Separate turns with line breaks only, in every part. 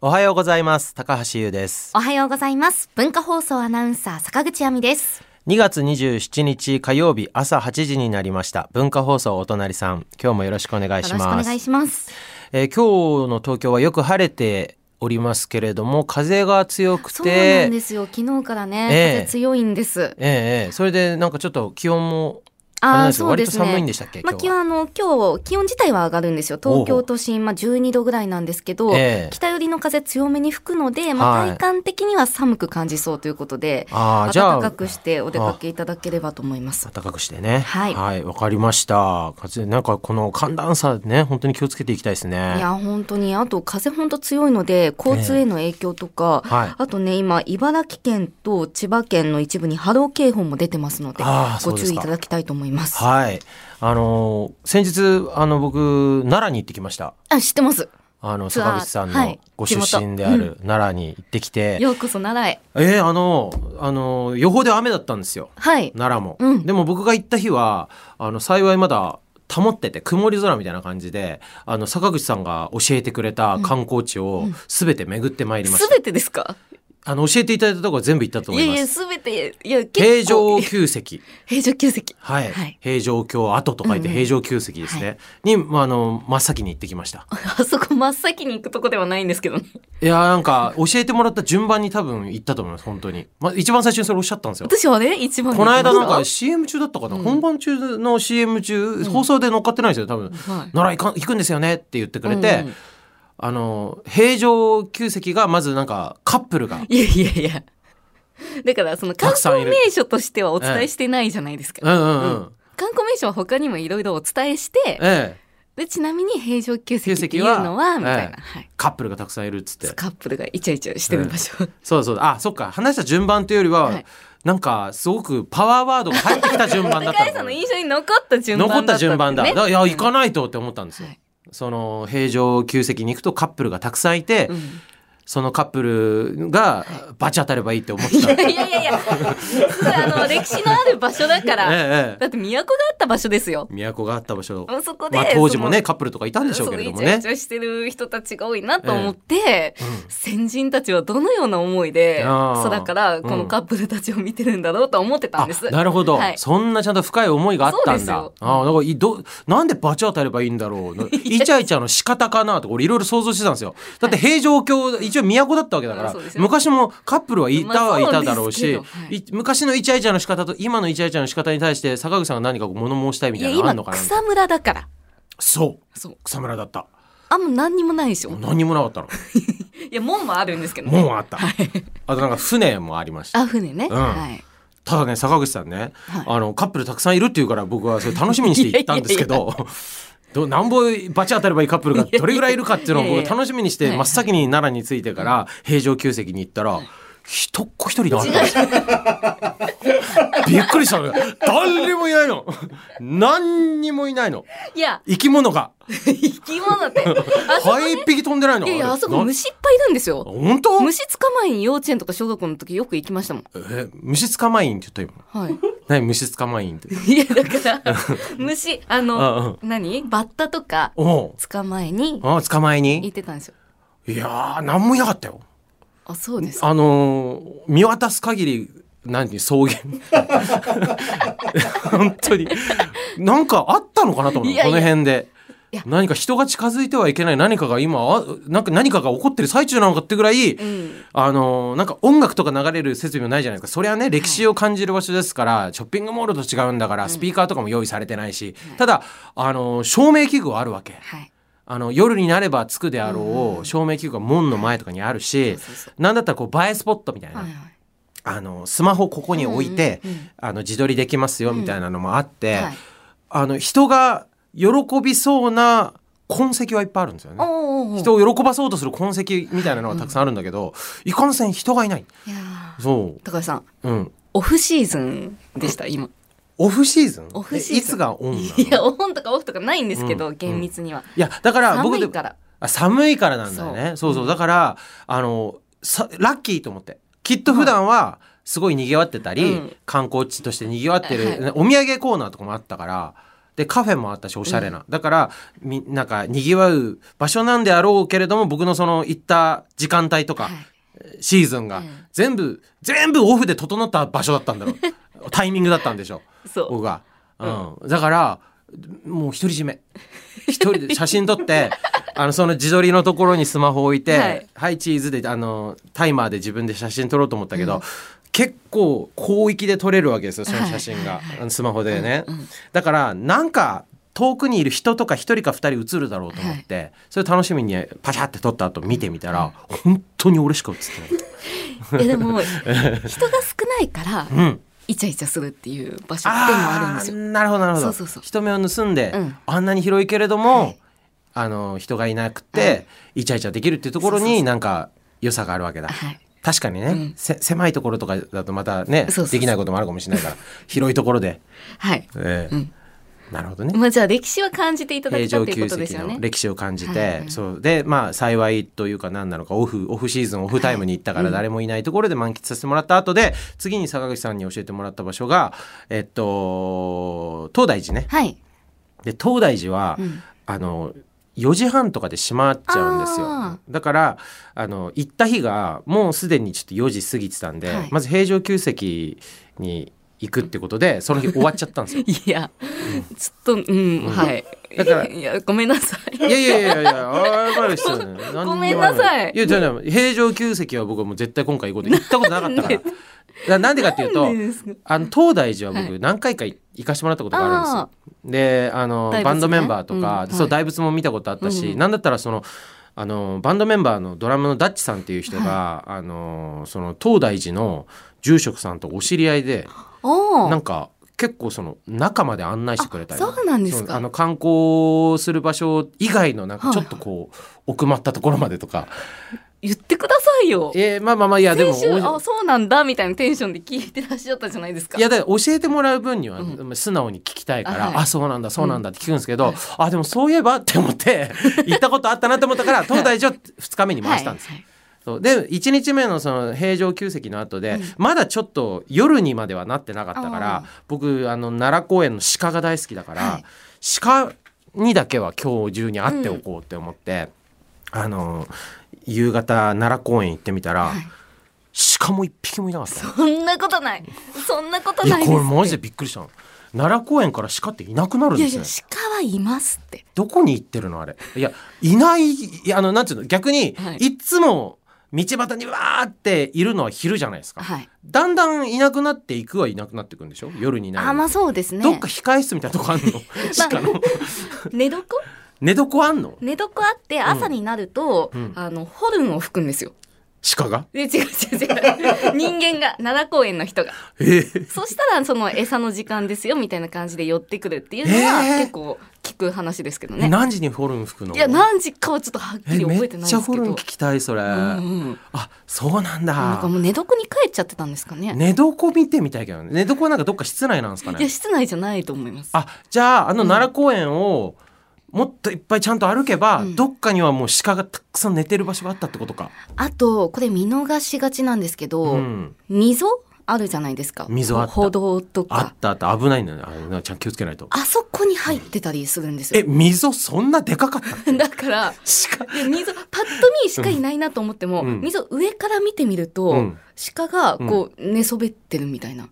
おはようございます高橋優です
おはようございます。文化放送アナウンサー坂口亜美です。
2月27日火曜日朝8時になりました文化放送お隣さん今日もよろしくお願
よ
い
ろ
し
しくお
ます
願いします。
えー今日の東京はよく晴れておりますけれども風が強くて
そうなんですよ。昨日からね、
ええ
風強いんです。
ええええそれでなんかちょっと気温もあれ
あ
なん
あ、
ですよ
そうです
割と寒いん
ね。
でしたっけ
ま
今
あ、
日
気温
は、
あの今日気温自体は上がるんですよ。東
おう
京都心まあ12度ぐらいなんですけど、
ええ
北寄りの風強めに吹くので、まあ
はい
体感的には寒く感じそうということで、
ああじゃあ
暖かくしてお出かけいただければと思います。
暖かくしてね
はい
わ、かりました風なんかこの寒暖差ね本当に気をつけていきたいですね
いや本当にあと風本当強いので交通への影響とか、
はい
あとね今茨城県と千葉県の一部に波動警報も出てますので
あーそ
ご
うで
注
す
意い
か
ただきたいと思います。
はい。あのー先日、あの、僕、奈良に行ってきました。
あ知ってます。
あの、
ツアー
坂口さん
は
の
い
ご出身である奈良に行ってきて、
ようこそ奈良へ。
えーあの、あの、予報で雨だったんですよ。
はい。
奈良も。
うん
でも僕が行った日は、あの、幸いまだ、保ってて曇り空みたいな感じであの坂口さんが教えてくれた観光地を全て巡ってまいりまし
す
た、
べてですか。
あの教えていただいたところ全部行ったと
い
思
や
いま
い
す
やすべていや結構
平城宮跡
平城宮跡。
はい、
はい
平城京跡と書いて
うんうん
平城宮跡ですね、に、まあ、あの真っ先に行ってきました
あそこ真っ先に行くとこではないんですけ どね。
いやーなんか教えてもらった順番に多分行ったと思います本当に、まあ、一番最初にそれおっしゃったんですよ
私はね一番
この間なん
は
か
い
CM 中だったかな、
うん
本番中の CM 中放送で乗っかってないんですよ多分、奈良行かん行くんですよねって言ってくれて、
うんうん
あの平城宮跡がまずなんかカップルが
いやいやいや。だからその
た
観
くさんい
光
る
名所としてはお伝えしてないじゃないですか。
うんうんうん、
うん観光名所は他にもいろいろお伝えして
ええ
でちなみに平城宮跡
宮
っ
跡は
ていうのはみたい
え
な、
え
はい、
カップルがたくさんいるっつって
カップルがイチャイチャしてる場所、
そうだそうだあそっか話した順番というよりは、
はい
なんかすごくパワーワードが入ってきた順番だったの
高
か
橋さんの
な
印象に残った順番だ
残っ
った
た順番だ
ってね
だからいや行かないとって思ったんですよ、
はい
その平城宮跡に行くとカップルがたくさんいて、
うん
そのカップルがバチ当たればいいって思ってた、え
いやいやいやすごいあの歴史のある場所だから
ええ
だって都があった場所ですよ
え都があった場所
あそこで、
まあ、当時もね
そ
カップルとかいたん
の
でしょうけれども
そうイ
ね
チャイチャしてる人たちが多いなと思って、先人たちはどのような思いで
あー
空からこのカップルたちを見てるんだろうと思ってたんです、
あなるほど、
はい
そんなちゃんと深い思いがあった
そうんです
だ
よ
ああだからいどなんでバチ当たればいいんだろ うなイチャイチャの仕方かなとか俺いろいろ想像してたんですよだって平城京一応都だったわけだから、
そうですよ
昔もカップルはいたは
まあ
いただろうし、
そうですけどはい
い昔のイチャイチャの仕方と今のイチャイチャの仕方に対して坂口さんが何か物申したいみ
い
た
や
いなのある
今
のかな
草むらだから
そう
そう
草むらだった
あんま何にもないでしょ
何にもなかったの
いや門もあるんですけどね
門はあった、あとなんか船もありました
あ船ね、
うん
はい
ただね坂口さんね、
はい
あのカップルたくさんいるっていうから僕はそれ楽しみにして行ったんですけど。 どなんぼバチ当たればいいカップルがどれぐらいいるかっていうのを
いやいや
僕楽しみにして
はい
真っ先に奈良に着いてから平城宮跡に行ったら一っ子一人であったんですよ。びっくりしたのよ誰にもいないの何にもいないの
いや
生き物が
生き 物ってあそこ
ハエ一匹飛んでないの
いやいやあそこ
な
虫いっぱいいるんですよ
本当
虫捕まえに幼稚園とか小学校の時よく行きましたもん
え虫捕まえんって言った今
はい
何虫捕まえんって
いやだ から虫あの
あ
何バッタとか
おう
捕まえに
あ捕まえ
行っ
に
てたんですよ
いやー何もいなかったよ
あそうですか
あのー見渡す限り何ていう草原 本当になんかあったのかなと思う
いやいや
この辺で
いや
何か人が近づいてはいけない何かが今あなんか何かが起こってる最中なのかってぐらい、
うん
あのーなんか音楽とか流れる設備もないじゃないですかそりゃね歴史を感じる場所ですから、ショッピングモールと違うんだからスピーカーとかも用意されてないし、ただ、あのー照明器具はあるわけ。
はい
あの夜になれば着くであろう照明器具が門の前とかにあるし、
そうそ
なんだったらこう映えスポットみたいな、
はいはい
あのスマホここに置いて、
うんうんうん
あの自撮りできますよみたいなのもあって、
はい
あの人が喜びそうな痕跡はいっぱいあるんですよね。
おうおうおう
人を喜ばそうとする痕跡みたいなのはたくさんあるんだけど、いかんせん人がいない。
いやー
そ
高橋さん
う、うん、
オフシーズンでした今
オフシーズン。
オフシーズン
えいつがオン なの。
いやオンとかオフとかないんですけど、
うん
厳密には、
いやだから僕
寒
で
いから
あ寒いからなんだよねそうそうだからあのさラッキーと思ってきっと普段はすごい賑わってたり、
うん
観光地として�ぎわってる、
は
お土産コーナーとかもあったからでカフェもあったしおしゃれな、だからみなんかにぎわう場所なんであろうけれども僕のその行った時間帯とか、
はい
シーズンが
うん
全部、全部オフで整った場所だったんだろ うタイミングだったんでしょ
そう
僕が、うんだからもう独り占め一人 で写真撮ってあのその自撮りのところにスマホ置いて「は
はいい、
チーズで」あのタイマーで自分で写真撮ろうと思ったけど、結構広域で撮れるわけですよその写真が、あのスマホでね、だからなんか遠くにいる人とか一人か二人写るだろうと思って、それ楽しみにパシャって撮った後見てみたら、本当に俺しか写ってない。
いやでも人 が少ないから
うん
イチャイチャするっていう場所でもあるんですよ。
ーなるほどなるほど
そうそうそう
人目を盗んで、
うん
あんなに広いけれども、
はい
あの人がいなくて、イチャイチャできるっていうところ
そうそう
に
そう
なんか良さがあるわけだ。
はい
確かにね、
うん
せ狭いところとかだとまたね
そうそうそう
できないこともあるかもしれない から広いところで、
はい。
ええ
うん
なるほどね。
まあじゃあ歴史は感じていただ
平城
けたという
宮
ことです
跡
よ
の
ね。
歴史を感じて、
はいはい
そうでまあ幸いというか何なのかオフオフシーズンオフタイムに行ったから誰もいないところで満喫させてもらった後で次に坂口さんに教えてもらった場所がえっと東大寺ね
はい。
で東大寺は、
うん
あの4時半とかで閉まっちゃうんですよ
あ
だからあの行った日がもうすでにちょっと4時過ぎてたんで、
はい
まず平城宮跡に行くってことでその日終わっちゃったんですよ
いや、ちょっとうん、はい。
だから
いやごめんなさい。
いやいやいやいや謝る必要ない何にも
ごめんなさい
いやじゃあ平城宮跡は僕はもう絶対今回行こうと行ったことなかった からななんでかっていうと
なんでですか
あの東大寺は
は
僕何回か行かしてもらったことがあるんですよ。であの、
大仏ね
バンドメンバーとか、
うん
そう
はい
大仏も見たことあったし、
うんうん
なんだったらそのあのバンドメンバーのドラムのダッチさんっていう人が、あのその東大寺の住職さんとお知り合いで
お
な
ー
んか結構その中まで案内してくれたり
そうなんです
そう
か。
あの観光する場所以外のなんか
はい
ちょ
はい
っとこう、奥まったところまでとか、
言ってくださいよ。
えーまあまあまあいやでも
先週あそうなんだみたいなテンションで聞いてらっしゃったじゃないですか。
いやだから教えてもらう分には
う
素直に聞きたいから、
あはい
あそうなんだそうなんだって聞くんですけど、あでもそういえばって思って 行ったことあったなと思ったから東大寺を2日目に回したんです。
はいはい
そうで1日目のその平城宮跡の後で、まだちょっと夜にまではなってなかったから
あー
僕あの奈良公園の鹿が大好きだから、
はい
鹿にだけは今日中に会っておこうって思って、あの夕方奈良公園行ってみたら、
はい
鹿も一匹もいなかった。
そんなことない。そんなこと
いや
ないです。
これマジでびっくりしたの奈良公園から鹿っていなくなるん
い
で
やい
す
や
ね
鹿はいますって。
どこに行ってるのあれいやいないいやあのなんていうの逆に、
はい
い、つも道端にわーっているのは昼じゃないですか、
はい。
だんだんいなくなっていくはいなくなっていくんでしょ夜にいない
あまあそうですね。
どっか控え室みたいなとこあんの鹿の
寝床
寝床あんの
寝床あって朝になると、
うん
あのホルンを吹くんですよ。
鹿が
で違う 違う違う人間が奈良公園の人が
ええ
そしたらその餌の時間ですよみたいな感じで寄ってくるっていうのは、
えー
結構聞く話ですけどね。
何時にホルン吹くの
いや何時かはちょっとはっき
え
り
め
覚え
って
ない
ち
で
ゃ
す
ホ
け
ル
ど。
ン聞きたいそれ、
うんうん
あそうなん
なん
だ
かもう寝床に帰っちゃってたんですかね。
寝床見てみたいけどね寝床はなんかどっか室内なんですかね
いや室内じゃないと思います。
あじゃああの奈良公園をもっといっぱいちゃんと歩けば、
うん
どっかにはもう鹿がたくさん寝てる場所があったってことか。
あとこれ見逃しがちなんですけど、
うん、
溝あるじゃないですか。
溝あった
歩道と
あ
か
っ。たあった危ないんだよねあのちゃん気をつけないと。
あそこに入ってたりするんです
え
よ。
溝そんなでかかったっけ
だから、
鹿
いや溝、パッと見しかいないなと思っても、
うん
溝上から見てみると、
うん
鹿がこう寝そべってるみたいな。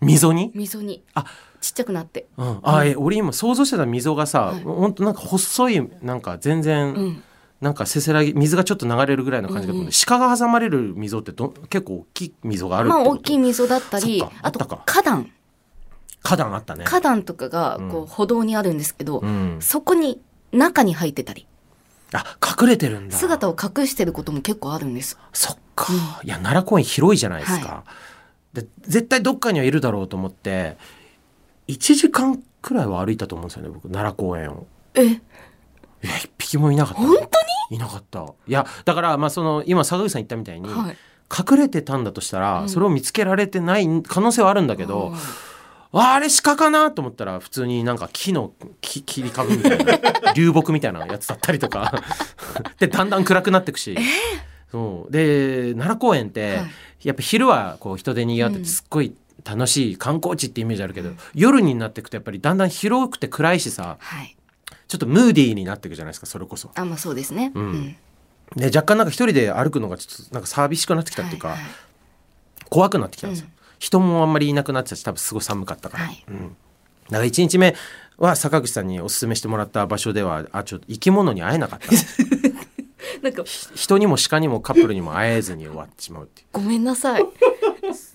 溝に、
溝に。
あ
ちっちゃくなって。
うん、あえ俺今想像してた溝がさ、
はい
ほんとなんか細いなんか全然、
うん。
なんかせせらぎ水がちょっと流れるぐらいの感じだと思う
うんうん
鹿が挟まれる溝ってど結構大きい溝があるって
まあ
こと、
大きい溝だったり
そっか、
あと
あったか
花壇。
花壇あったね。
花壇とかが
う
こ
ん
う歩道にあるんですけど、
うん、
そこに中に入ってたり、
あ隠れてるんだ。
姿を隠してることも結構あるんです。
そっか、いや奈良公園広いじゃないですか、で絶対どっかにはいるだろうと思って1時間くらいは歩いたと思うんですよね僕奈良公園を
え、
いや一匹もいなかった
本
いなかったいやだからまあその今坂口さん言ったみたいに、
はい。
隠れてたんだとしたら、
うん
それを見つけられてない可能性はあるんだけど、あれ鹿かなと思ったら普通になんか木のき切り株みたい な流木みたいなやつだったりとか でだんだん暗くなってくし、そうで奈良公園って、
はい
やっぱ昼はこう人で賑わって
うん
てすっごい楽しい観光地ってイメージあるけど、夜になってくとやっぱりだんだん広くて暗いしさ
はい。
ちょっとムーディーになってくじゃないですかそれこそ。
あ、まあそうですね。
うんで若干なんか一人で歩くのがちょっとなんか寂しくなってきたっていうか、
はいはい
怖くなってきたんですよ、
うん
人もあんまりいなくなってたし多分すごい寒かったから、
はい
うん、だから1日目は坂口さんにおすすめしてもらった場所ではあちょっと生き物に会えな かった
なんか
人にも鹿にもカップルにも会えずに終わってしまうってい
ごめんなさい。
う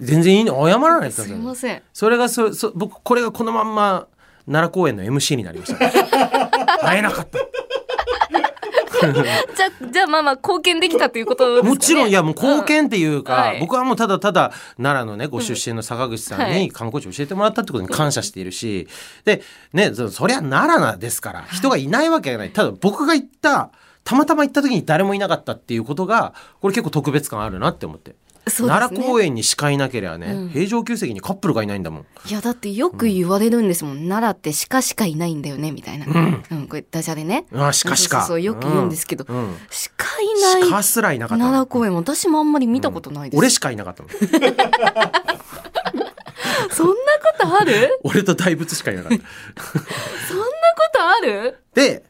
全然いいの謝らないです
す
か
い
ら
ません。
それがそそ僕これがこのまんま奈良公園の MC になりました 会えなかった
じゃ じゃあまあまあ貢献できたということですかね。
もちろんいやもう貢
うん
献っていう
うん
か、
はい
僕はもうただただ奈良のねご出身の坂口さん
は
に
い
観光地教えてもらったってことに感謝しているし、でねそそりゃ奈良なですから人がいないわけがない、ただ僕が行ったたまたま行った時に誰もいなかったっていうことがこれ結構特別感あるなって思って、
そうですね
奈良公園に鹿いなければね、
うん
平常級席にカップルがいないんだもん
いやだってよく言われるんですもん、奈良って鹿しかいないんだよねみたいな、うんこれダジャレね
ああ鹿鹿
そうそうそうよく言うんですけど
うんうん
鹿いない
鹿すらいなかった
奈良公園も私もあんまり見たことないです、
俺しかいなかったの
そんなことある
俺と大仏しかいなかった
そんなことある
で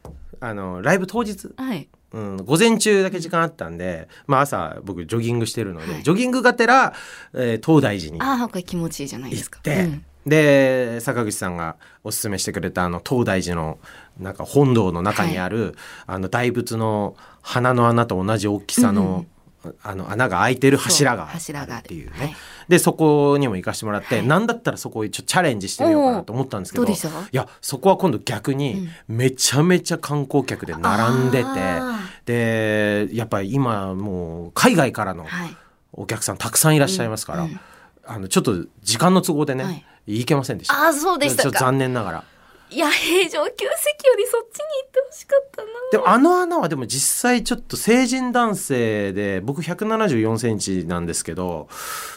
あのライブ当日
はい
うん、午前中だけ時間あったんで、まあ、朝僕ジョギングしてるので、
はい
ジョギングがてら、えー東大寺に行
ああこれ気持ちいいじゃないですか
って、
うん
で坂口さんがおすすめしてくれたあの東大寺のなんか本堂の中にある、あの大仏の鼻の穴と同じ大きさの,、あの穴が開いてる柱が
そう柱が
あ
あ
る
る
っていうね。
はい
でそこにも行かしてもらって、
はい
なんだったらそこをちょっとチャレンジしてみようかなと思ったんですけど
おーどうでした
いやそこは今度逆にめちゃめちゃ観光客で並んでて、
あ
でやっぱり今もう海外からの
はい
お客さんたくさんいらっしゃいますから、
うんうん
あのちょっと時間の都合でね、、
はい
けませんでした。
あーそうでし
ちょ
た
っと
か
残念ながら
いや平常級席よりそっちに行ってほしかったな
でもあの穴はでも実際ちょっと成人男性で僕1 7 4センチなんですけど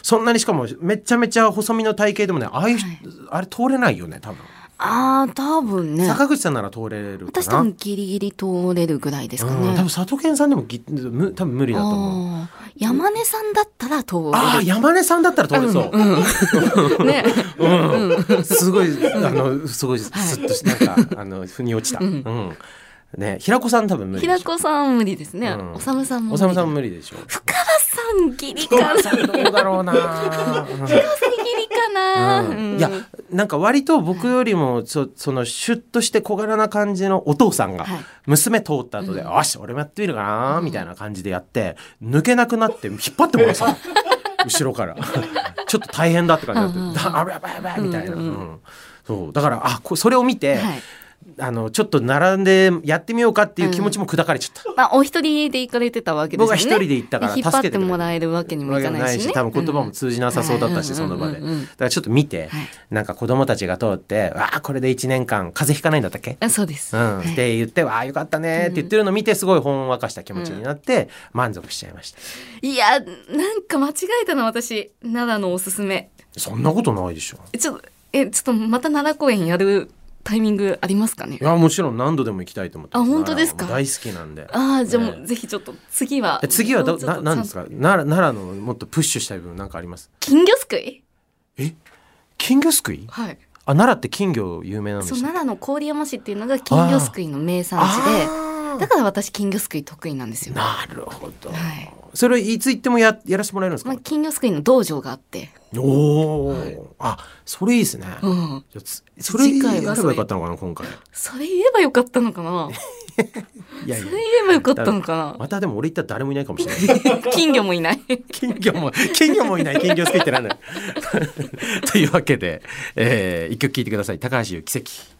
そんなにしかもめちゃめちゃ細身の体型でもねああいう、
はい
あれ通れないよね多分、
あー多分ね
坂口さんなら通れるか
私多
な、
分ギリギリ通れるぐらいですか
うん多
ね
分佐藤健さんでもぎむ多分無理だと思う
あー山根さんだったら通れる
ああ山根さんだったら通れそう、
ね、
すごい、あの、すごい、すっとし、なんか、あの、腑に落ちた。うん。ね、平子さん多分無理
平
でしょ。
子さんは無理ですね。
うん
おさむさんも無
お
理。
さむさんも無理でしょ。
深川さんギリかな。深
どうだろうな。
川さんギリかな。
う
うんん
いや、なんか割と僕よりも、そ、そのシュッとして小柄な感じのお父さんが
はい。
娘通った後で、よし、俺もやってみるかなみたいな感じでやって、抜けなくなって、引っ張ってもらった の。後ろから。ちょっと大変だって感じになって、だあ、やばいやばいみたいな。うんそう、だから、あ、こそれを見て。
はい。
あのちょっと並んでやってみようかっていう気持ちも砕かれちゃった。
まあ、お一人で行かれてたわけですよね。
僕は一人で行ったから
引っ
助
張っ
けてくれ
て
る
もらえるわけにもいかないし、ね。
多分言葉も通じなさそうだったし、
うん
その場で。
うんうんうんうん
だからちょっと見て、
はい
なんか子供たちが通って「わあこれで1年間風邪ひかないんだったっけ?」
うん。あそうです。
うん
はい
って言って「わあよかったね」って言ってるの見てすごいほんわかした気持ちになって満足しちゃいました。
いや、なんか間違えたな、私。奈良のおすすめ。
そんなことないでしょ。
ちょっと、え、ちょっとまた奈良公園やるタイミングありますかね
い。やもちろん何度でも行きたいと思ってます
あ本当ですか
もう大好きなんで。
ああ、じゃあもう、
ね
ぜひちょっと次は
え。次はど
ちょっ
な
と
なんです
ちゃん
か奈良奈良のもっとプッシュしたい部分なんかあります
金魚すくい
え金魚すくい
はい。
あ奈良って金魚有名なんで
そう
す
奈良の郡山市っていうのが金魚すくいの名産地でだから私金魚すくい得意なんですよ。は
なるほど、
い。
それいつ行ってもややらせてもらえるんです
ま
か、
あ金魚すくいの道場があって、
おお、あそれいいですね、
うん、
じゃあつそれ
次
や
回
れ
はそれ
ばよかったのかな今回
それ言えばよかったの かな。
いやい
そ
や
れ言えばよかった のか
またでも俺行ったら誰もいないかもしれない
な。金魚もいない。
金魚も金魚もいない 金魚すくいってなんだよというわけで、えー、一曲聴いてください高橋由奇跡